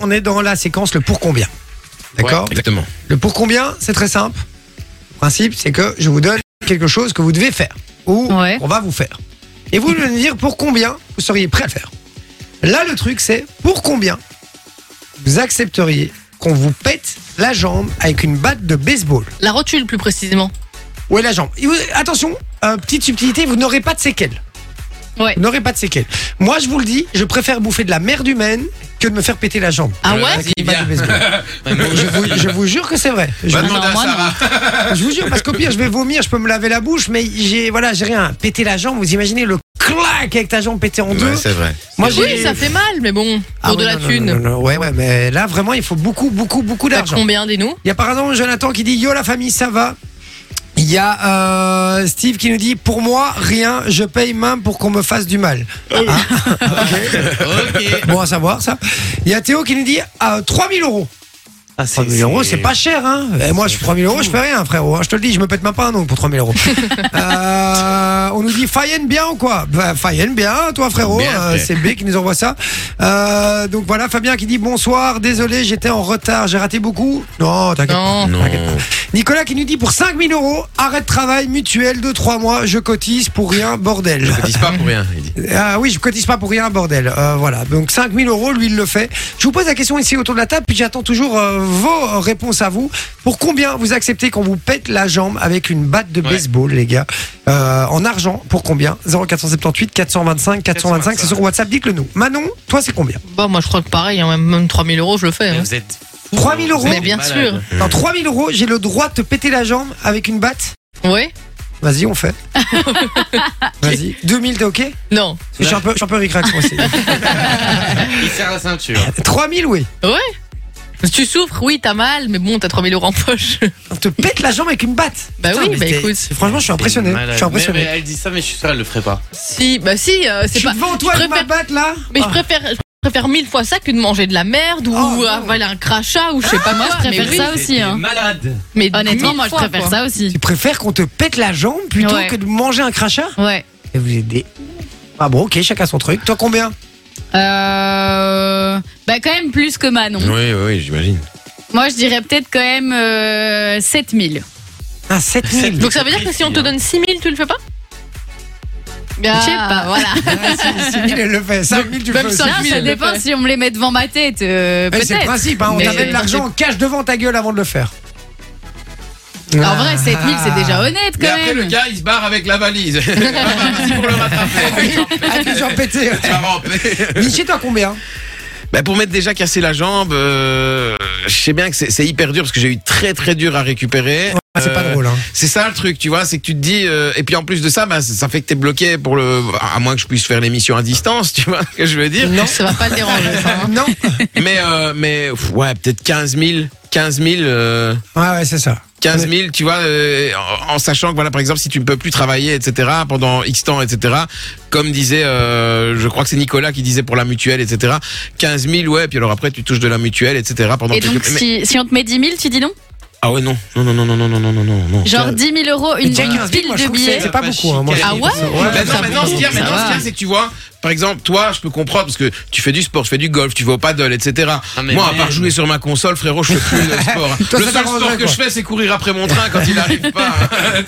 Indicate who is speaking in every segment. Speaker 1: on est dans la séquence le pour combien. D'accord
Speaker 2: Ouais, Exactement.
Speaker 1: Le pour combien, c'est très simple. Le principe, c'est que je vous donne quelque chose que vous devez faire ou
Speaker 3: Ouais.
Speaker 1: on va vous faire. Et vous devez me dire pour combien vous seriez prêt à le faire. Là, le truc, c'est pour combien vous accepteriez qu'on vous pète la jambe avec une batte de baseball.
Speaker 3: La rotule, plus précisément.
Speaker 1: Où est la jambe Et vous- Attention, euh, petite subtilité, vous n'aurez pas de séquelles.
Speaker 3: Ouais.
Speaker 1: Vous n'aurez pas de séquelles. Moi, je vous le dis, je préfère bouffer de la merde humaine que de me faire péter la jambe.
Speaker 3: Ah
Speaker 2: Ouais,
Speaker 3: ouais
Speaker 2: vas-y.
Speaker 1: Avec une batte de baseball. je, vous, je vous jure que c'est vrai. Je,
Speaker 2: Va
Speaker 3: non,
Speaker 2: demander à
Speaker 3: moi, non.
Speaker 2: Sarah.
Speaker 1: je vous jure, parce qu'au pire, je vais vomir, je peux me laver la bouche, mais j'ai voilà, j'ai rien. Péter la jambe, vous imaginez le clac avec ta jambe pétée en deux.
Speaker 2: Ouais, c'est vrai.
Speaker 1: Moi,
Speaker 3: Oui, ça fait mal, mais bon, pour
Speaker 1: Ah
Speaker 3: de
Speaker 1: ouais,
Speaker 3: la
Speaker 1: non, non,
Speaker 3: thune.
Speaker 1: non, non, ouais, ouais, mais là, vraiment, il faut beaucoup, beaucoup, beaucoup
Speaker 3: T'as
Speaker 1: d'argent.
Speaker 3: combien, dis-nous
Speaker 1: Il y a par exemple Jonathan qui dit Yo la famille, ça va. Il y a euh, Steve qui nous dit Pour moi, rien, je paye même pour qu'on me fasse du mal.
Speaker 2: Ah
Speaker 1: Ah,
Speaker 2: ok.
Speaker 1: Bon à savoir ça. Il y a Théo qui nous dit Ah, 3000 euros. 3000 euros, c'est pas cher. Hein. Et moi, je 3000 euros, je fais rien, frérot. hein. Je te le dis, je me pète ma pain donc pour 3000 euros. Euh, on nous dit Fayenne bien ou quoi bah, Fayenne bien, toi, frérot.
Speaker 2: Bien,
Speaker 1: Euh,
Speaker 2: frère.
Speaker 1: c'est B qui nous envoie ça. Euh, donc voilà, Fabien qui dit Bonsoir, désolé, j'étais en retard, j'ai raté beaucoup. Non, t'inquiète pas.
Speaker 3: Non.
Speaker 2: Non.
Speaker 1: Nicolas qui nous dit pour 5000 euros, arrêt de travail, mutuel, 2-3 mois, je cotise pour rien, bordel.
Speaker 2: Ils disent pas pour rien. il dit.
Speaker 1: Ah oui, je cotise pas pour rien, bordel. Euh, voilà, donc 5000 euros, lui, il le fait. Je vous pose la question ici autour de la table, puis j'attends toujours euh, vos réponses à vous. Pour combien vous acceptez qu'on vous pète la jambe avec une batte de
Speaker 2: Ouais.
Speaker 1: baseball, les gars Euh, En argent, pour combien 0478 425 425, c'est sur WhatsApp, dites-le nous. Manon, toi, c'est combien
Speaker 3: Bah, moi, je crois que pareil, hein, même- même 3000 euros, je le fais.
Speaker 4: Mais
Speaker 3: hein.
Speaker 4: Vous êtes.
Speaker 1: 3000 euros
Speaker 3: Mais bien sûr.
Speaker 1: Dans 3000 euros, j'ai le droit de te péter la jambe avec une batte
Speaker 3: Ouais
Speaker 1: Vas-y, on fait. Vas-y. 2000, t'es OK
Speaker 3: Non.
Speaker 1: Je suis un peu, je suis un peu ric-rac, moi aussi.
Speaker 4: Il serre la ceinture.
Speaker 1: Ah, 3000, oui.
Speaker 3: Tu souffres, oui, t'as mal, mais bon, t'as 3000 euros en poche.
Speaker 1: On te pète la jambe avec une batte.
Speaker 3: Bah oui,
Speaker 1: mais
Speaker 3: bah
Speaker 1: t'es-
Speaker 3: écoute.
Speaker 1: Franchement, je suis impressionné.
Speaker 4: Malade.
Speaker 1: Je suis impressionné.
Speaker 4: Mais- mais elle dit ça, mais je suis sûr, elle le ferait pas.
Speaker 3: Si, bah si, euh,
Speaker 1: Je
Speaker 3: c'est
Speaker 1: suis
Speaker 3: pas.
Speaker 1: devant toi
Speaker 3: je
Speaker 1: avec ma
Speaker 3: préfère-
Speaker 1: batte là.
Speaker 3: Mais je
Speaker 1: Ah.
Speaker 3: préfère, je préfère mille fois ça que de manger de la merde ou
Speaker 1: Oh, non.
Speaker 3: avaler un crachat ou je sais pas
Speaker 5: Moi,
Speaker 3: quoi.
Speaker 5: je préfère
Speaker 3: mais oui,
Speaker 5: ça aussi. hein.
Speaker 4: Malade.
Speaker 3: Mais
Speaker 5: Honnêtement,
Speaker 3: mille
Speaker 5: moi, je
Speaker 3: fois,
Speaker 5: préfère
Speaker 3: quoi.
Speaker 5: ça aussi.
Speaker 1: Tu préfères qu'on te pète la jambe plutôt
Speaker 5: Ouais.
Speaker 1: que de manger un crachat
Speaker 5: Ouais.
Speaker 1: Et vous êtes des. Ah bon, ok, chacun son truc. Toi, combien
Speaker 5: Euh... Bah, quand même plus que Manon.
Speaker 2: Oui, oui, oui, j'imagine.
Speaker 5: Moi, je dirais peut-être quand même euh, 7000.
Speaker 1: Ah, 7000.
Speaker 3: Donc ça veut dire que si on te donne 6000, tu le fais pas Bah,
Speaker 5: Je sais pas, voilà.
Speaker 1: Ah, 6000, elle le fait. 5000, tu le fais
Speaker 3: même
Speaker 1: aussi.
Speaker 3: ça,
Speaker 5: Non, ça
Speaker 3: elle le
Speaker 5: dépend
Speaker 3: fait.
Speaker 5: si on me les met devant ma tête. euh,
Speaker 1: Eh, C'est le
Speaker 5: peut-être.
Speaker 1: principe, hein, on
Speaker 5: Mais-
Speaker 1: t'amène l'argent en cash devant ta gueule avant de le faire. Bah, Ah.
Speaker 5: En vrai, 7000, c'est déjà honnête
Speaker 2: Mais
Speaker 5: quand
Speaker 2: après, le
Speaker 5: même.
Speaker 2: gars, il se barre avec la valise. Ah, bah, Merci pour le rattraper.
Speaker 1: Ah, tu genre pété.
Speaker 2: Tu vas ramper.
Speaker 1: Michi, toi, combien
Speaker 2: Bah pour m'être déjà cassé la jambe, euh, je sais bien que c'est c'est hyper dur parce que j'ai eu très très dur à récupérer.
Speaker 1: Ah, C'est pas
Speaker 2: Euh,
Speaker 1: drôle, hein.
Speaker 2: C'est ça le truc, tu vois, c'est que tu te dis euh, et puis en plus de ça, bah, ça- ça fait que t'es bloqué pour le à moins que je puisse faire l'émission à distance, tu vois ce que je veux dire.
Speaker 1: Non.
Speaker 3: Ça va pas le déranger. ça, hein.
Speaker 1: Non
Speaker 2: Mais euh, mais pff, ouais, peut-être 15 000, 15 000. euh,
Speaker 1: Ouais, Ah ouais, c'est ça.
Speaker 2: 15 000, tu vois, euh, en, en sachant que voilà, par exemple, si tu ne peux plus travailler, etc., pendant X temps, etc., comme disait, euh, je crois que c'est Nicolas qui disait pour la mutuelle, etc., 15 000, ouais, puis alors après, tu touches de la mutuelle, etc., pendant
Speaker 5: Et donc,
Speaker 2: quelques- Mais-
Speaker 5: si, si on te met 10 000, tu dis non
Speaker 2: Ah ouais, non, non, non, non, non, non, non, non, non, non, non.
Speaker 5: Genre 10 000 euros, une
Speaker 1: Déjà 15 000,
Speaker 5: pile
Speaker 1: moi, je
Speaker 5: de
Speaker 1: trouve que
Speaker 5: billets.
Speaker 1: c'est- c'est pas
Speaker 4: Pas
Speaker 1: beaucoup. hein, moi,
Speaker 4: chic.
Speaker 1: je
Speaker 3: Ah
Speaker 1: trouve
Speaker 3: ouais
Speaker 1: ça-
Speaker 2: Mais Bah non,
Speaker 3: Ça
Speaker 2: maintenant,
Speaker 3: va.
Speaker 2: ce qu'il y a,
Speaker 3: Ça
Speaker 2: maintenant, ce qu'il y a,
Speaker 3: va.
Speaker 2: c'est que tu vois, par exemple, toi, je peux comprendre parce que tu fais du sport, je fais du golf, tu vas au paddle, etc.
Speaker 4: Ah, mais
Speaker 2: Moi, à
Speaker 4: merde.
Speaker 2: part jouer sur ma console, frérot, je fais plus de sport.
Speaker 1: Toi,
Speaker 2: Le
Speaker 1: ça
Speaker 2: seul
Speaker 1: t'arrangerait,
Speaker 2: sport que
Speaker 1: quoi.
Speaker 2: je fais, c'est courir après mon train quand il arrive pas.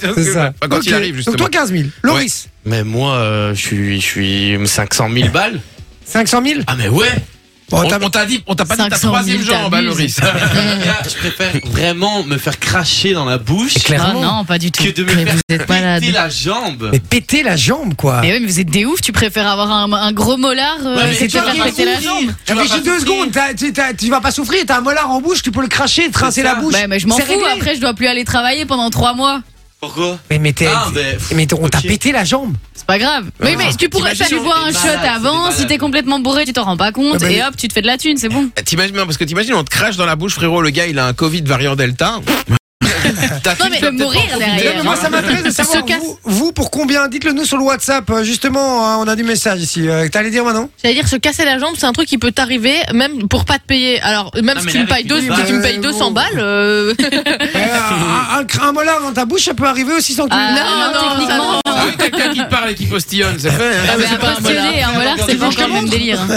Speaker 2: Tu vois ce que
Speaker 1: C'est
Speaker 2: je-
Speaker 1: ça.
Speaker 2: Enfin, Quand il
Speaker 1: Ok.
Speaker 2: arrive, justement.
Speaker 1: Donc toi 15 000. Loris,
Speaker 4: Mais moi, euh, je suis, je suis 500 000 balles.
Speaker 1: 500 000
Speaker 4: Ah mais ouais.
Speaker 1: Bon,
Speaker 2: on
Speaker 5: Oh,
Speaker 1: t'as-
Speaker 2: on t'a dit, on t'a pas dit ta
Speaker 5: 500 000,
Speaker 2: troisième jambe, hein,
Speaker 5: t'abuses.
Speaker 2: Loris.
Speaker 4: Les gars, je préfère vraiment me faire cracher dans la bouche
Speaker 5: Ah non, pas du tout.
Speaker 4: que de me
Speaker 3: Mais
Speaker 4: faire
Speaker 3: vous êtes malade.
Speaker 4: péter la jambe.
Speaker 1: Mais péter la jambe, quoi.
Speaker 5: Mais oui, mais vous êtes des ouf, tu préfères avoir un, un gros molar euh,
Speaker 4: Ouais, mais
Speaker 5: que
Speaker 4: c'est
Speaker 5: de te
Speaker 4: toi qui
Speaker 5: faire
Speaker 4: as
Speaker 5: péter la
Speaker 4: souffert.
Speaker 5: jambe.
Speaker 4: Tu vas
Speaker 1: Réfléchis
Speaker 4: pas
Speaker 1: deux
Speaker 4: souffrir.
Speaker 1: secondes, t'as- tu t'as- tu vas pas souffrir, t'as un molar en bouche, tu peux le cracher, tracer
Speaker 4: ça.
Speaker 1: la bouche.
Speaker 5: Ouais, mais je m'en
Speaker 1: C'est
Speaker 5: fous,
Speaker 1: réglé.
Speaker 5: après je dois plus aller travailler pendant 3 mois.
Speaker 4: Pourquoi
Speaker 1: Mais, mais, t'es-
Speaker 4: Ah, mais-
Speaker 1: mais t'es- on t'a
Speaker 4: Ok.
Speaker 1: pété la jambe.
Speaker 5: C'est pas grave.
Speaker 2: Ah.
Speaker 5: Oui, mais tu pourrais
Speaker 4: T'imagines,
Speaker 5: pas lui
Speaker 4: on
Speaker 5: boire
Speaker 4: est
Speaker 5: un
Speaker 4: malade,
Speaker 5: shot
Speaker 4: on est
Speaker 5: avant,
Speaker 4: malade.
Speaker 5: si t'es complètement bourré, tu t'en rends pas compte,
Speaker 1: Ah bah,
Speaker 5: et
Speaker 1: mais-
Speaker 5: hop, tu te fais de la thune, c'est bon.
Speaker 2: T'imagines, non, parce que t'imagines, on te crache dans la bouche, frérot, le gars, il a un Covid variant Delta. T'as
Speaker 3: Non, mais-
Speaker 2: tu vas
Speaker 5: peux
Speaker 2: peut-être
Speaker 5: mourir
Speaker 2: en profiter.
Speaker 5: derrière.
Speaker 1: Non, mais moi, ça m'intéresse de
Speaker 3: Se
Speaker 1: savoir,
Speaker 3: casse.
Speaker 1: vous, vous, pour combien Dites-le nous sur le WhatsApp. Euh, Justement, hein, on a du message ici. Euh, T'allais dire, Manon
Speaker 3: J'allais dire, se casser la jambe, c'est un truc qui peut t'arriver, même pour pas te payer. Alors, même
Speaker 4: Non,
Speaker 3: si
Speaker 4: mais
Speaker 3: tu me
Speaker 4: avec
Speaker 3: payes
Speaker 4: une
Speaker 3: deux, si
Speaker 1: balle,
Speaker 3: tu me
Speaker 1: euh,
Speaker 3: payes 200
Speaker 5: Ah,
Speaker 1: bon.
Speaker 3: balles, euh,
Speaker 1: Euh, Un, un, cr- un molar dans ta bouche, ça peut arriver aussi sans que tu
Speaker 5: Ah,
Speaker 1: le-
Speaker 3: non, non, ça
Speaker 5: techniquement.
Speaker 3: va.
Speaker 2: Ah oui, quelqu'un qui te parle et qui postillonne, c'est fait. hein.
Speaker 3: Ah, mais
Speaker 5: C'est
Speaker 3: pas un
Speaker 5: pas
Speaker 3: molar.
Speaker 5: postionné, bah, un molar, c'est pas encore le même délire. hein.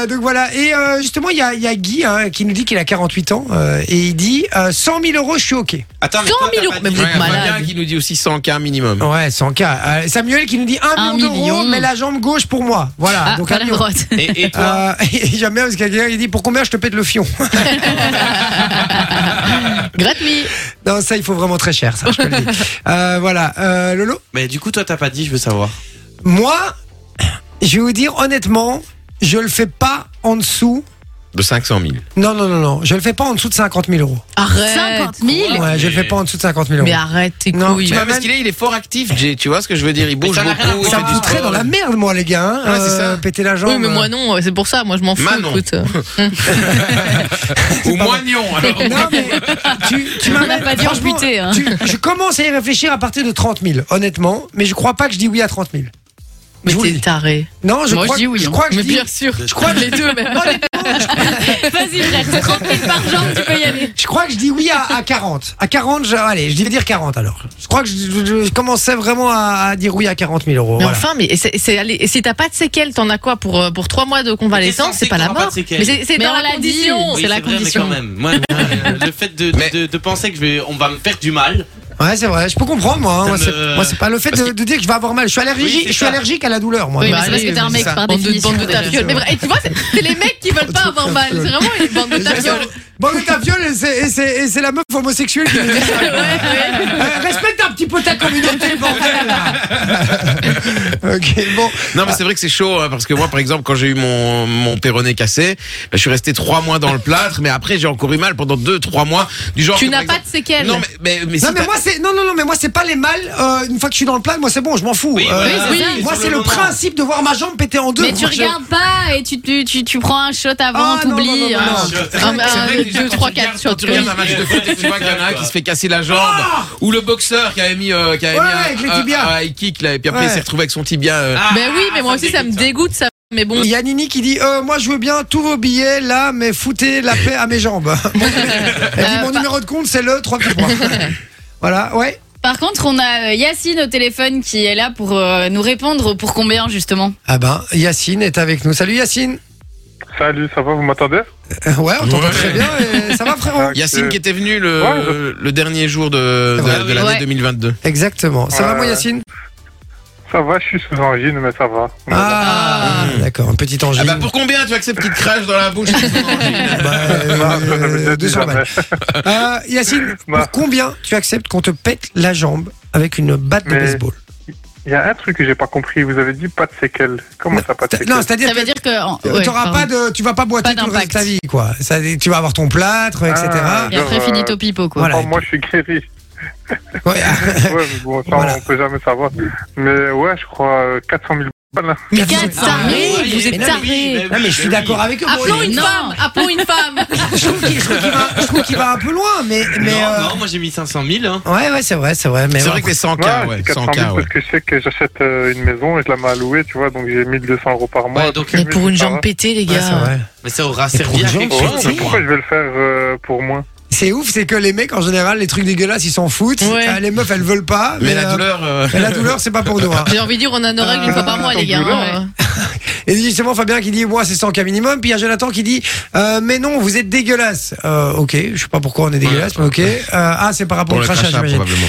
Speaker 1: Euh, donc voilà. Et euh, justement, il y a, il y a Guy hein, qui nous dit qu'il a 48 ans euh, et il dit euh, 100 000 euros, je suis OK.
Speaker 4: Attends, mais
Speaker 3: 100
Speaker 4: toi,
Speaker 3: 000
Speaker 4: t'as
Speaker 3: euros.
Speaker 4: pas
Speaker 3: Mais
Speaker 4: dit-
Speaker 3: vous
Speaker 2: Ouais,
Speaker 3: êtes
Speaker 2: Fabien
Speaker 3: malade.
Speaker 2: qui nous dit aussi 100K minimum.
Speaker 1: Ouais, 100 k Euh, Samuel qui nous dit 1
Speaker 5: Un
Speaker 1: million d'euros,
Speaker 5: million.
Speaker 1: mais la jambe gauche pour moi. Voilà.
Speaker 5: Ah,
Speaker 1: donc un
Speaker 5: voilà,
Speaker 1: million.
Speaker 5: droite.
Speaker 4: Et,
Speaker 2: Ah,
Speaker 4: et toi
Speaker 1: Euh, et j'aime bien parce qu'il y a quelqu'un qui dit pour combien je te pète le fion.
Speaker 3: gratuit.
Speaker 1: non, ça il faut vraiment très cher, ça. Je te le dis. Euh, voilà, Euh, Lolo.
Speaker 4: Mais du coup, toi, t'as pas dit, je veux savoir.
Speaker 1: Moi, je vais vous dire honnêtement, je le fais pas en dessous.
Speaker 2: De 500 000.
Speaker 1: Non, non, non, non, je le fais pas en dessous de 50 000 euros.
Speaker 3: Arrête.
Speaker 5: 50 000
Speaker 1: Ouais, je le fais pas en dessous de 50 000 euros.
Speaker 3: Mais arrête tes
Speaker 1: Non,
Speaker 3: couilles.
Speaker 1: tu vas-
Speaker 2: Ouais, parce qu'il est, il est fort actif, Jay, tu vois ce que je veux dire Il bouge
Speaker 4: ça n'a rien à
Speaker 2: beaucoup, il
Speaker 1: ça
Speaker 4: voir.
Speaker 2: fait
Speaker 1: me
Speaker 2: du
Speaker 1: foutrait dans
Speaker 2: sport.
Speaker 1: la merde, moi, les gars. hein.
Speaker 2: Ouais, c'est ça.
Speaker 1: Euh, péter la jambe.
Speaker 3: Oui, mais moi non, c'est pour ça, moi je m'en fous.
Speaker 2: Manon.
Speaker 3: Écoute.
Speaker 2: Ou moignon, alors.
Speaker 1: Non, mais tu, tu
Speaker 5: On
Speaker 1: m'amènes-
Speaker 5: n'a pas dit
Speaker 1: franchement,
Speaker 5: amputé, hein.
Speaker 1: tu- je commence à y réfléchir à partir de 30 000, honnêtement, mais je crois pas que je dis oui à 30 000.
Speaker 3: Mais
Speaker 1: Je vous le
Speaker 3: t'es
Speaker 1: dis.
Speaker 3: taré.
Speaker 1: Non, je
Speaker 3: Moi
Speaker 1: crois,
Speaker 3: je dis oui.
Speaker 1: je
Speaker 3: hein.
Speaker 1: crois que je
Speaker 3: Mais
Speaker 1: dis.
Speaker 3: bien sûr.
Speaker 4: Je
Speaker 3: Je crois les deux même.
Speaker 5: Vas-y, frère, 30 000 par jambe, tu peux y aller.
Speaker 1: Je crois que je dis oui à, à 40. À 40, je- allez, je vais dire 40 alors. Je crois que je, je- je commençais vraiment à, à dire oui à 40 000 euros.
Speaker 3: Mais
Speaker 1: voilà.
Speaker 3: enfin, mais c'est, c'est- allez, si t'as pas de séquelles, t'en as quoi pour euh, pour trois mois de convalescence
Speaker 4: censé
Speaker 3: C'est pas
Speaker 4: qu'on
Speaker 3: la
Speaker 4: aura pas
Speaker 3: mort.
Speaker 4: de séquelles.
Speaker 3: Mais c'est, c'est
Speaker 5: Mais
Speaker 3: dans
Speaker 5: on
Speaker 3: la
Speaker 5: l'a dit.
Speaker 3: condition.
Speaker 4: Oui,
Speaker 3: c'est la
Speaker 4: vrai, mais
Speaker 3: condition.
Speaker 4: quand même. Moi, euh, le fait de, de-
Speaker 2: Mais-
Speaker 4: de, de penser que je vais, on va me faire du mal.
Speaker 1: Ouais, c'est vrai. Je peux comprendre, moi. hein.
Speaker 4: Ça
Speaker 1: Moi,
Speaker 4: me-
Speaker 1: c'est- moi, c'est pas le fait
Speaker 2: Parce
Speaker 1: de, de dire que je vais avoir mal. Je suis allergique,
Speaker 4: Oui, c'est
Speaker 1: je suis
Speaker 4: ça.
Speaker 1: allergique à la douleur, moi.
Speaker 3: Oui,
Speaker 5: Oui,
Speaker 3: bah
Speaker 5: mais c'est parce
Speaker 3: oui,
Speaker 5: que t'es un
Speaker 3: mais
Speaker 5: mec
Speaker 2: ça,
Speaker 5: par
Speaker 3: Bande de,
Speaker 5: définition.
Speaker 3: bande de ta
Speaker 5: déjà.
Speaker 3: gueule. Mais vrai, et tu vois, c'est, c'est les mecs qui veulent pas avoir mal. C'est vraiment une bande de ta gueule.
Speaker 1: Bon, mais ta viole, et c'est- et c'est et c'est la meuf homosexuelle qui me dit ça. Euh, respecte un petit peu ta communauté, bordel. là. ok, bon.
Speaker 2: Non, mais c'est vrai que c'est chaud, hein, parce que moi, par exemple, quand j'ai eu mon, mon péroné cassé, ben, je suis resté trois mois dans le plâtre, mais après, j'ai encore eu mal pendant deux, trois mois. Du genre.
Speaker 3: Tu
Speaker 2: que, par
Speaker 3: n'as pas de
Speaker 2: exemple-
Speaker 3: séquelles.
Speaker 2: Non, mais, mais, mais si
Speaker 1: Non mais
Speaker 2: t'as-
Speaker 1: moi c'est non non non mais moi c'est pas les mâles euh, une fois que je suis dans le plat moi c'est bon je m'en fous Euh,
Speaker 4: Oui, voilà,
Speaker 3: oui,
Speaker 4: c'est
Speaker 1: moi
Speaker 4: sur
Speaker 1: c'est le,
Speaker 4: moment.
Speaker 1: principe de voir ma jambe péter en deux
Speaker 5: Mais tu
Speaker 1: Franchement,
Speaker 5: regardes pas et tu, tu, tu, tu prends un shot avant,
Speaker 1: Ah, non, non, non,
Speaker 5: t'oublies.
Speaker 1: non,
Speaker 5: hein.
Speaker 1: non.
Speaker 4: Je-
Speaker 3: Un,
Speaker 2: C'est
Speaker 3: un,
Speaker 2: vrai que déjà,
Speaker 3: deux,
Speaker 2: quand
Speaker 3: trois,
Speaker 2: tu
Speaker 3: quatre
Speaker 2: regardes- Quand
Speaker 3: shots.
Speaker 2: tu regardes un match de foot et tu vois qu'il y en a un qui se fait casser la jambe, ou le boxeur qui avait mis, euh, qui avait
Speaker 1: Ah Ouais,
Speaker 2: mis un-
Speaker 1: avec les
Speaker 2: un-
Speaker 1: tibias.
Speaker 2: un high kick, là, et puis après,
Speaker 1: Ouais.
Speaker 2: il s'est retrouvé avec son tibia. euh,
Speaker 4: Ah,
Speaker 3: Ben oui, mais moi aussi ça me dégoûte ça. Mais bon,
Speaker 1: Il y a Nini qui dit euh, Moi, je veux bien tous vos billets là, mais foutez la paix à mes jambes. Elle dit
Speaker 3: Euh,
Speaker 1: Mon
Speaker 3: pas-
Speaker 1: numéro de compte, c'est le 3 petits points. Voilà, ouais.
Speaker 5: Par contre, on a euh, Yacine au téléphone qui est là pour euh, nous répondre pour combien justement
Speaker 1: Ah ben, Yacine est avec nous. Salut Yacine.
Speaker 6: Salut, ça va, vous m'entendez
Speaker 1: Euh, ouais, on t'entend
Speaker 2: Ouais.
Speaker 1: très bien. et ça va, frérot
Speaker 2: Yacine qui était venu le,
Speaker 6: Ouais, je-
Speaker 2: le dernier jour de,
Speaker 1: Ouais.
Speaker 2: de, de l'année
Speaker 5: Ouais.
Speaker 2: 2022.
Speaker 1: Exactement. Ça va,
Speaker 6: Ouais.
Speaker 1: moi, Yacine
Speaker 6: Ça va, je suis sous angine, mais ça va.
Speaker 1: Ah, d'accord, un petit
Speaker 2: Ah
Speaker 1: angine.
Speaker 2: bah pour combien tu acceptes qu'il te crache dans la bouche
Speaker 1: Bah,
Speaker 6: Non,
Speaker 1: euh,
Speaker 6: je ne le dis
Speaker 1: 200
Speaker 6: jamais.
Speaker 1: balles. Euh, Yacine,
Speaker 6: Bah.
Speaker 1: pour combien tu acceptes qu'on te pète la jambe avec une batte de
Speaker 6: Mais-
Speaker 1: baseball
Speaker 6: Il y a un truc que j'ai pas compris, vous avez dit pas de séquelles. Comment ça, pas de séquelles
Speaker 1: Non, c'est-à-dire
Speaker 5: Ça
Speaker 1: que
Speaker 5: veut dire que. en-
Speaker 1: Euh,
Speaker 5: ouais,
Speaker 1: t'auras
Speaker 5: pardon.
Speaker 1: pas de, tu vas pas boiter
Speaker 5: Pas
Speaker 1: tout le reste de ta vie,
Speaker 5: d'impact.
Speaker 1: quoi. Ça, tu vas avoir ton plâtre, etc.
Speaker 6: Ah.
Speaker 5: Et après,
Speaker 6: Genre, euh,
Speaker 5: finito pipo quoi.
Speaker 1: voilà.
Speaker 6: Oh, Moi, je suis guéri.
Speaker 1: Ouais.
Speaker 6: Ouais, mais bon, ça,
Speaker 1: Voilà.
Speaker 6: on peut jamais savoir. Mais ouais, je crois euh, 400 000 balles.
Speaker 1: Mais
Speaker 5: Quatre
Speaker 4: Ah,
Speaker 5: tarés,
Speaker 1: oui,
Speaker 5: vous êtes
Speaker 1: mais non, mais-
Speaker 5: tarés.
Speaker 1: Non, mais je suis d'accord avec eux. Bon,
Speaker 3: appelons
Speaker 1: il-
Speaker 3: une
Speaker 5: Non.
Speaker 3: femme, appelons une femme.
Speaker 1: Je trouve qu'il je trouve qu'il va, je trouve qu'il va un peu loin, mais, mais.
Speaker 4: non,
Speaker 1: euh,
Speaker 4: non, moi j'ai mis 500 000. Hein.
Speaker 1: Ouais, ouais, c'est vrai, c'est vrai. Mais
Speaker 2: C'est
Speaker 1: ouais.
Speaker 2: vrai que c'est 100K,
Speaker 6: Ouais,
Speaker 2: ouais.
Speaker 6: c'est 400
Speaker 2: 100K,
Speaker 6: 000
Speaker 2: ouais.
Speaker 6: parce que je sais que j'achète euh, une maison et je la mets à louer, tu vois, donc j'ai 1200 euros par mois.
Speaker 4: Ouais, donc-
Speaker 3: Mais pour une jambe
Speaker 6: pétée.
Speaker 3: pétée, les
Speaker 1: Ouais,
Speaker 5: Ah.
Speaker 1: c'est
Speaker 3: gars.
Speaker 1: vrai.
Speaker 4: Mais ça aura
Speaker 1: Et pour
Speaker 4: servi à
Speaker 1: une
Speaker 4: quelque
Speaker 1: jambe
Speaker 4: chose. hein.
Speaker 1: pétée.
Speaker 6: pourquoi je vais le faire euh, pour moi
Speaker 1: C'est ouf, c'est que les mecs, en général, les trucs dégueulasses, ils s'en foutent.
Speaker 3: Ouais.
Speaker 1: Euh, Les meufs, elles veulent pas.
Speaker 2: Mais la
Speaker 1: euh,
Speaker 2: douleur. euh,
Speaker 1: mais la douleur, c'est pas pour nous. hein.
Speaker 3: J'ai envie de dire, on a nos règles une fois par mois, les gars. hein.
Speaker 1: Et justement, Fabien qui dit Moi, c'est 100 cas minimum. Puis il y a Jonathan qui dit euh, Mais non, vous êtes dégueulasse. Euh, ok, je sais pas pourquoi on est dégueulasse, mais ok. Euh, ah, c'est par rapport
Speaker 2: Pour
Speaker 1: au
Speaker 2: le
Speaker 1: crachat,
Speaker 2: crachat,
Speaker 1: j'imagine.
Speaker 2: probablement.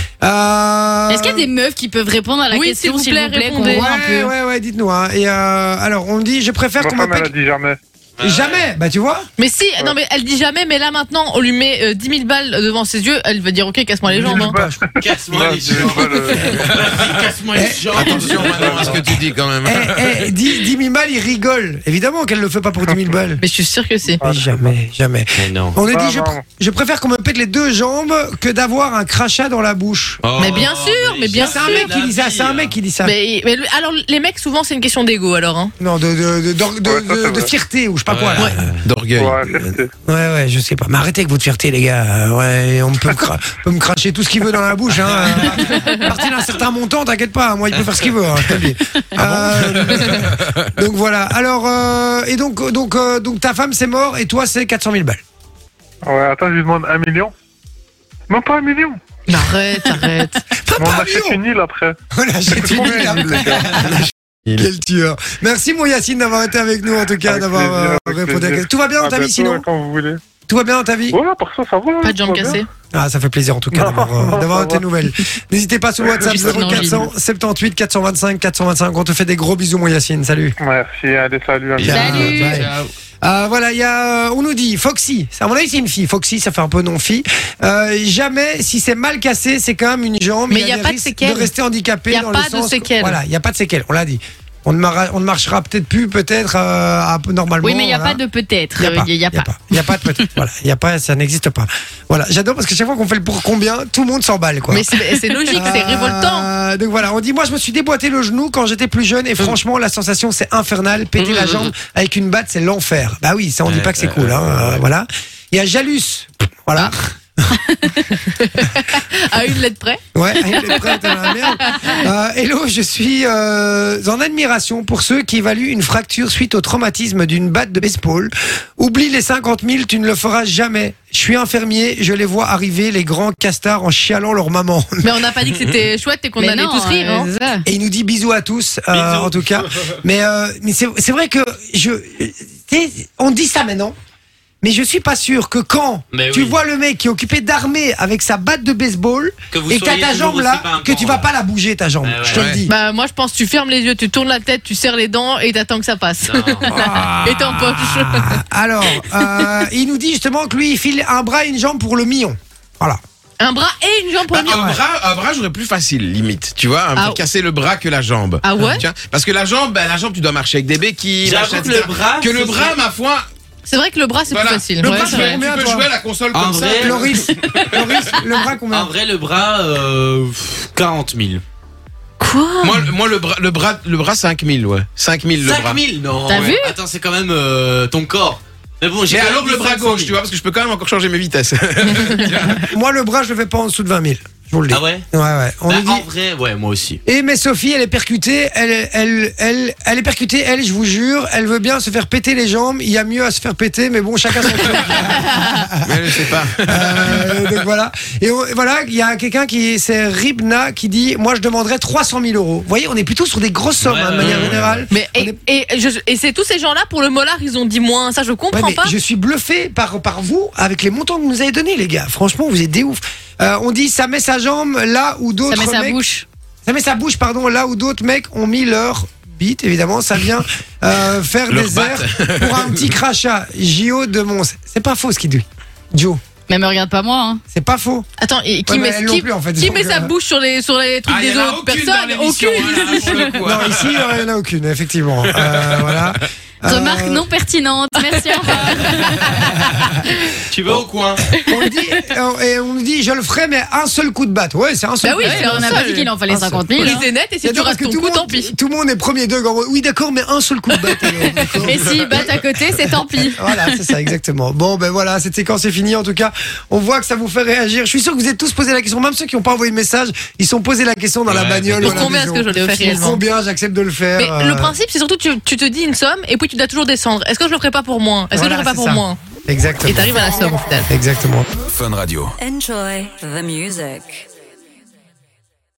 Speaker 1: Euh,
Speaker 5: Est-ce qu'il y a des meufs qui peuvent répondre à la
Speaker 3: Oui,
Speaker 5: question,
Speaker 3: s'il vous
Speaker 5: s'il
Speaker 3: plaît,
Speaker 5: vous plaît, qu'on
Speaker 3: répondez.
Speaker 5: voit un
Speaker 1: Ouais,
Speaker 5: peu
Speaker 1: ouais, ouais, dites-nous. hein. Et euh, alors, on me dit, je préfère
Speaker 6: Ma
Speaker 1: qu'on me
Speaker 6: femme, elle a
Speaker 1: pète.
Speaker 6: dit jamais.
Speaker 1: Jamais, bah tu vois.
Speaker 3: Mais si, non, mais elle dit jamais, mais là maintenant, on lui met euh, 10 000 balles devant ses yeux, elle va dire, ok, casse-moi les jambes. hein.
Speaker 6: Bah,
Speaker 4: Casse-moi
Speaker 6: Ouais, euh,
Speaker 4: les
Speaker 6: je vais
Speaker 4: jambes.
Speaker 6: pas le-
Speaker 4: Vas-y, Casse-moi les jambes.
Speaker 2: Attention maintenant à ce que tu dis quand même. hein,
Speaker 1: Eh, eh, 10, 10 000 balles, il rigole. Évidemment qu'elle le fait pas pour 10 000 balles.
Speaker 3: Mais je suis sûr que si.
Speaker 1: Mais jamais, jamais.
Speaker 4: Mais non.
Speaker 1: On a
Speaker 6: Ah,
Speaker 1: dit, je, pr-
Speaker 6: non.
Speaker 1: je préfère qu'on me pète les deux jambes que d'avoir un crachat dans la bouche.
Speaker 4: Oh,
Speaker 3: Mais bien sûr, mais bien
Speaker 1: C'est un mec qui dit ça, c'est un mec qui dit ça.
Speaker 3: Mais, mais le- alors, les mecs, souvent, c'est une question d'ego, alors. Hein.
Speaker 1: Non, de, de, de, de- de-
Speaker 6: Ouais, ça, c'est
Speaker 1: de- de
Speaker 6: vrai.
Speaker 1: fierté, ou je sais pas quoi. là.
Speaker 2: d'orgueil.
Speaker 6: Ouais, fierté.
Speaker 1: Ouais, ouais, je sais pas. Mais arrêtez avec votre fierté, les gars. Euh, ouais, on peut me, cra- peut me cracher tout ce qu'il veut dans la bouche. Hein. Euh, à partir d'un certain montant, t'inquiète pas. Moi, il peut faire ce qu'il veut. hein, je te le dis. Euh, donc voilà. Alors, euh, et donc, donc, euh, donc, ta femme, c'est mort et toi, c'est 400 000 balles.
Speaker 6: Ouais, attends, je lui demande un million. Même pas un million.
Speaker 3: Arrête, arrête.
Speaker 6: Mais on
Speaker 1: Papa,
Speaker 6: achète une île après.
Speaker 1: Voilà, j'ai
Speaker 6: C'est
Speaker 1: tué
Speaker 6: combien
Speaker 1: la-
Speaker 6: une île, les gars
Speaker 1: Quel tueur. Merci, mon Yacine, d'avoir été avec nous, en tout cas,
Speaker 6: Avec
Speaker 1: d'avoir
Speaker 6: plaisir,
Speaker 1: euh,
Speaker 6: avec
Speaker 1: répondu à la
Speaker 6: plaisir.
Speaker 1: question. Tout va bien dans
Speaker 6: À
Speaker 1: ta vie,
Speaker 6: bientôt,
Speaker 1: sinon
Speaker 6: Ah, ben, Quand vous voulez.
Speaker 1: Tout va bien dans ta vie
Speaker 6: Ouais, par ça, ça va.
Speaker 3: Pas
Speaker 6: hein,
Speaker 3: de jambes
Speaker 6: tout va bien.
Speaker 3: cassées.
Speaker 1: Ah, ça fait plaisir en tout cas
Speaker 6: Non,
Speaker 1: d'avoir, euh,
Speaker 6: non,
Speaker 1: d'avoir
Speaker 6: ça
Speaker 1: tes
Speaker 6: va.
Speaker 1: nouvelles. N'hésitez pas sur WhatsApp
Speaker 3: Juste une
Speaker 1: 0478 425 425. On te fait des gros bisous, mon Yacine. Salut.
Speaker 6: Merci, allez, salut. amis.
Speaker 5: Salut.
Speaker 1: Bye. Euh, voilà, il y a, euh, on nous dit Foxy. Ça, à mon avis, c'est une fille. Foxy, ça fait un peu non fille. Euh, jamais, si c'est mal cassé, c'est quand même une jambe.
Speaker 3: Mais
Speaker 1: Il
Speaker 3: y a
Speaker 1: des
Speaker 3: pas de
Speaker 1: risques
Speaker 3: séquelles.
Speaker 1: De rester handicapé.
Speaker 3: Y a
Speaker 1: dans
Speaker 3: pas
Speaker 1: le
Speaker 3: de
Speaker 1: sens que-
Speaker 3: séquelles.
Speaker 1: Voilà, il y a pas de séquelles. On l'a dit. On ne, marra- on ne marchera peut-être plus, peut-être euh, à- normalement.
Speaker 5: Oui, mais il n'y a
Speaker 1: voilà.
Speaker 5: pas de peut-être.
Speaker 3: euh,
Speaker 1: Il
Speaker 5: Il n'y a pas.
Speaker 1: Il n'y a pas de peut-être. voilà, il y a pas, ça n'existe pas. Voilà, j'adore parce que chaque fois qu'on fait le pour combien, tout le monde s'emballe quoi.
Speaker 3: Mais c'est c'est logique, c'est
Speaker 1: Euh,
Speaker 3: révoltant. Mm.
Speaker 1: donc voilà, on dit moi je me suis déboîté le genou quand j'étais plus jeune et franchement la sensation c'est infernal. Péter la jambe avec une batte c'est l'enfer. Bah oui, ça on dit pas que c'est cool. hein, euh, voilà. Il y a Jalus. Voilà.
Speaker 3: Ah. À une lettre près.
Speaker 1: Ouais, il est prêt, t'as la merde. Euh, hello, je suis euh, en admiration pour ceux qui évaluent une fracture suite au traumatisme d'une batte de baseball. Oublie les 50 000, tu ne le feras jamais. Je suis infirmier, je les vois arriver, les grands castards en chialant leur maman.
Speaker 3: Mais on n'a pas dit que c'était chouette et qu'on
Speaker 5: Mais
Speaker 3: allait
Speaker 5: non,
Speaker 3: tous rire. hein.
Speaker 5: euh, c'est ça.
Speaker 1: Et il nous dit bisous à tous, euh,
Speaker 4: Bisous.
Speaker 1: en tout cas. Mais, euh, mais c'est c'est vrai que je, tu sais, on dit ça maintenant. Mais je suis pas sûr que quand
Speaker 4: Mais
Speaker 1: tu
Speaker 4: oui.
Speaker 1: vois le mec qui est occupé d'armée avec sa batte de baseball
Speaker 4: Que vous
Speaker 1: et que t'as
Speaker 4: soyez
Speaker 1: ta
Speaker 4: toujours
Speaker 1: jambe là,
Speaker 4: aussi pimpant,
Speaker 1: que tu vas
Speaker 4: là.
Speaker 1: pas la bouger ta jambe.
Speaker 4: Ah Ouais,
Speaker 1: je te
Speaker 2: ouais.
Speaker 1: le dis.
Speaker 3: Bah moi je pense tu fermes les yeux, tu tournes la tête, tu serres les dents et t'attends que ça passe. Et t'empoches.
Speaker 1: Ah. Alors, euh, il nous dit justement que lui, il file un bras et une jambe pour le million. Voilà.
Speaker 3: Un bras et une jambe pour
Speaker 2: Bah,
Speaker 3: le mien.
Speaker 2: un, bras, un bras, j'aurais plus facile, limite. Tu vois, un
Speaker 3: Ah.
Speaker 2: peu casser le bras que la jambe.
Speaker 3: Ah ouais
Speaker 2: Tiens, Parce que la jambe, bah, la jambe, tu dois marcher avec des béquilles.
Speaker 4: J'avoue
Speaker 2: machin,
Speaker 4: que le
Speaker 2: etc.
Speaker 4: bras,
Speaker 2: Que le
Speaker 4: ce
Speaker 2: bras,
Speaker 4: serait-
Speaker 2: ma foi.
Speaker 3: C'est vrai que le bras c'est
Speaker 2: voilà.
Speaker 3: plus facile.
Speaker 2: Le
Speaker 3: Ouais,
Speaker 2: bras,
Speaker 3: c'est
Speaker 2: tu
Speaker 3: vrai.
Speaker 2: peux-
Speaker 1: combien,
Speaker 2: tu peux
Speaker 1: toi
Speaker 2: jouer à la console
Speaker 4: En
Speaker 2: comme ça.
Speaker 4: vrai,
Speaker 1: Loris, Loris, le bras
Speaker 4: En
Speaker 1: combien
Speaker 4: vrai, le bras, euh, pff, 40 000.
Speaker 3: Quoi
Speaker 2: Moi, le- moi, le bras, le bras, le bras, 5000, ouais. 5000 le bras.
Speaker 4: 5 000, non.
Speaker 3: T'as vu
Speaker 4: Attends, c'est quand même euh, ton corps. Mais bon, j'ai
Speaker 2: Mais
Speaker 4: quand
Speaker 2: alors
Speaker 4: même
Speaker 2: le
Speaker 4: dit
Speaker 2: bras
Speaker 4: 500
Speaker 2: gauche,
Speaker 4: 000.
Speaker 2: tu vois, parce que je peux quand même encore changer mes vitesses.
Speaker 1: Moi, le bras, je le fais pas en dessous de 20 000. Je vous le dis.
Speaker 4: Ah ouais
Speaker 1: Ouais, ouais. On
Speaker 4: Bah,
Speaker 1: nous dit-
Speaker 4: En vrai, ouais, moi aussi.
Speaker 1: Et mais Sophie, elle est percutée, elle, elle, elle, elle est percutée, elle, je vous jure, elle veut bien se faire péter les jambes. Il y a mieux à se faire péter, mais bon, chacun son truc.
Speaker 2: Mais je sais pas.
Speaker 1: Euh, donc voilà. Et on- et voilà, il y a quelqu'un qui, c'est Ribna, qui dit, moi, je demanderais 300 000 euros. Vous voyez, on est plutôt sur des grosses sommes,
Speaker 4: Ouais,
Speaker 1: hein, de
Speaker 4: ouais,
Speaker 1: manière
Speaker 4: ouais, ouais.
Speaker 1: générale.
Speaker 3: Mais
Speaker 1: On
Speaker 3: et, et je- et c'est tous ces gens-là pour le molar ils ont dit moins ça je
Speaker 1: Ouais,
Speaker 3: comprends
Speaker 1: mais
Speaker 3: pas.
Speaker 1: je suis bluffé par, par vous avec les montants que vous nous avez donnés, les gars. Franchement, vous êtes des ouf. Euh, on dit ça met sa jambe là où d'autres
Speaker 5: Ça met sa
Speaker 1: mecs-
Speaker 5: bouche.
Speaker 1: ça met sa bouche, pardon, là où d'autres mecs ont mis leur bite, évidemment, ça vient euh, faire
Speaker 2: Leur
Speaker 1: des
Speaker 2: batte.
Speaker 1: airs pour un petit crachat. JO de Mons. C'est pas faux ce qu'il dit. Joe,
Speaker 5: Mais me regarde pas moi. hein.
Speaker 1: c'est pas faux.
Speaker 3: Attends et qui
Speaker 1: Ouais, mais
Speaker 3: met
Speaker 1: elles l'ont
Speaker 3: qui,
Speaker 1: plus, en fait,
Speaker 3: qui
Speaker 1: donc,
Speaker 3: met sa
Speaker 1: euh,
Speaker 3: bouche sur les sur les trucs
Speaker 2: Ah, y
Speaker 3: des
Speaker 2: en a
Speaker 3: autres
Speaker 2: aucune dans
Speaker 3: personnes
Speaker 2: l'émission, voilà, pour le coup,
Speaker 1: Non,
Speaker 2: hein.
Speaker 1: ici, euh, il n'y en a aucune, effectivement. Euh, voilà.
Speaker 5: Remarque
Speaker 1: Euh,
Speaker 5: non pertinente. Bah Merci. au revoir.
Speaker 4: Tu vas au coin.
Speaker 1: On nous dit, euh, et on nous dit, je le ferai, mais un seul coup de batte. Ouais, c'est un seul
Speaker 3: Bah oui,
Speaker 1: coup de
Speaker 5: Ouais,
Speaker 1: batte.
Speaker 3: c'est
Speaker 5: on n'a
Speaker 3: un
Speaker 5: pas
Speaker 3: seul.
Speaker 5: dit qu'il en fallait
Speaker 1: Un seul.
Speaker 5: 50 000.
Speaker 3: Oui,
Speaker 5: hein.
Speaker 3: c'est net et si
Speaker 1: Attends,
Speaker 3: tu
Speaker 1: parce
Speaker 3: rates
Speaker 1: que
Speaker 3: ton
Speaker 1: tout
Speaker 3: coup
Speaker 1: le
Speaker 3: tant
Speaker 1: monde-
Speaker 3: pis.
Speaker 1: Tout le monde est premier deux. grand- Oui, d'accord, mais un seul coup de batte. alors, d'accord.
Speaker 5: Et s'il bat à côté, c'est tant pis.
Speaker 1: Voilà, c'est ça, exactement. Bon, ben voilà, cette séquence est finie. En tout cas, on voit que ça vous fait réagir. Je suis sûr que vous êtes tous posé la question. Même ceux qui n'ont pas envoyé de message, ils sont posés la question dans la
Speaker 4: Ouais,
Speaker 1: bagnole.
Speaker 3: Pour
Speaker 1: ou à la
Speaker 3: combien est-ce
Speaker 1: maison.
Speaker 3: que je le fais
Speaker 5: Pour
Speaker 1: Pour
Speaker 3: réellement
Speaker 1: combien j'accepte de le faire
Speaker 3: Mais
Speaker 1: euh,
Speaker 3: le principe c'est surtout tu, tu te dis une somme et puis tu dois toujours descendre. Est-ce que je le ferai pas pour moins Est-ce que
Speaker 1: Voilà,
Speaker 3: je le
Speaker 1: c'est
Speaker 3: ferai pas pour
Speaker 1: ça.
Speaker 3: moins Et
Speaker 1: Exactement.
Speaker 3: t'arrives à la somme au final.
Speaker 1: Exactement.
Speaker 7: Enjoy the music.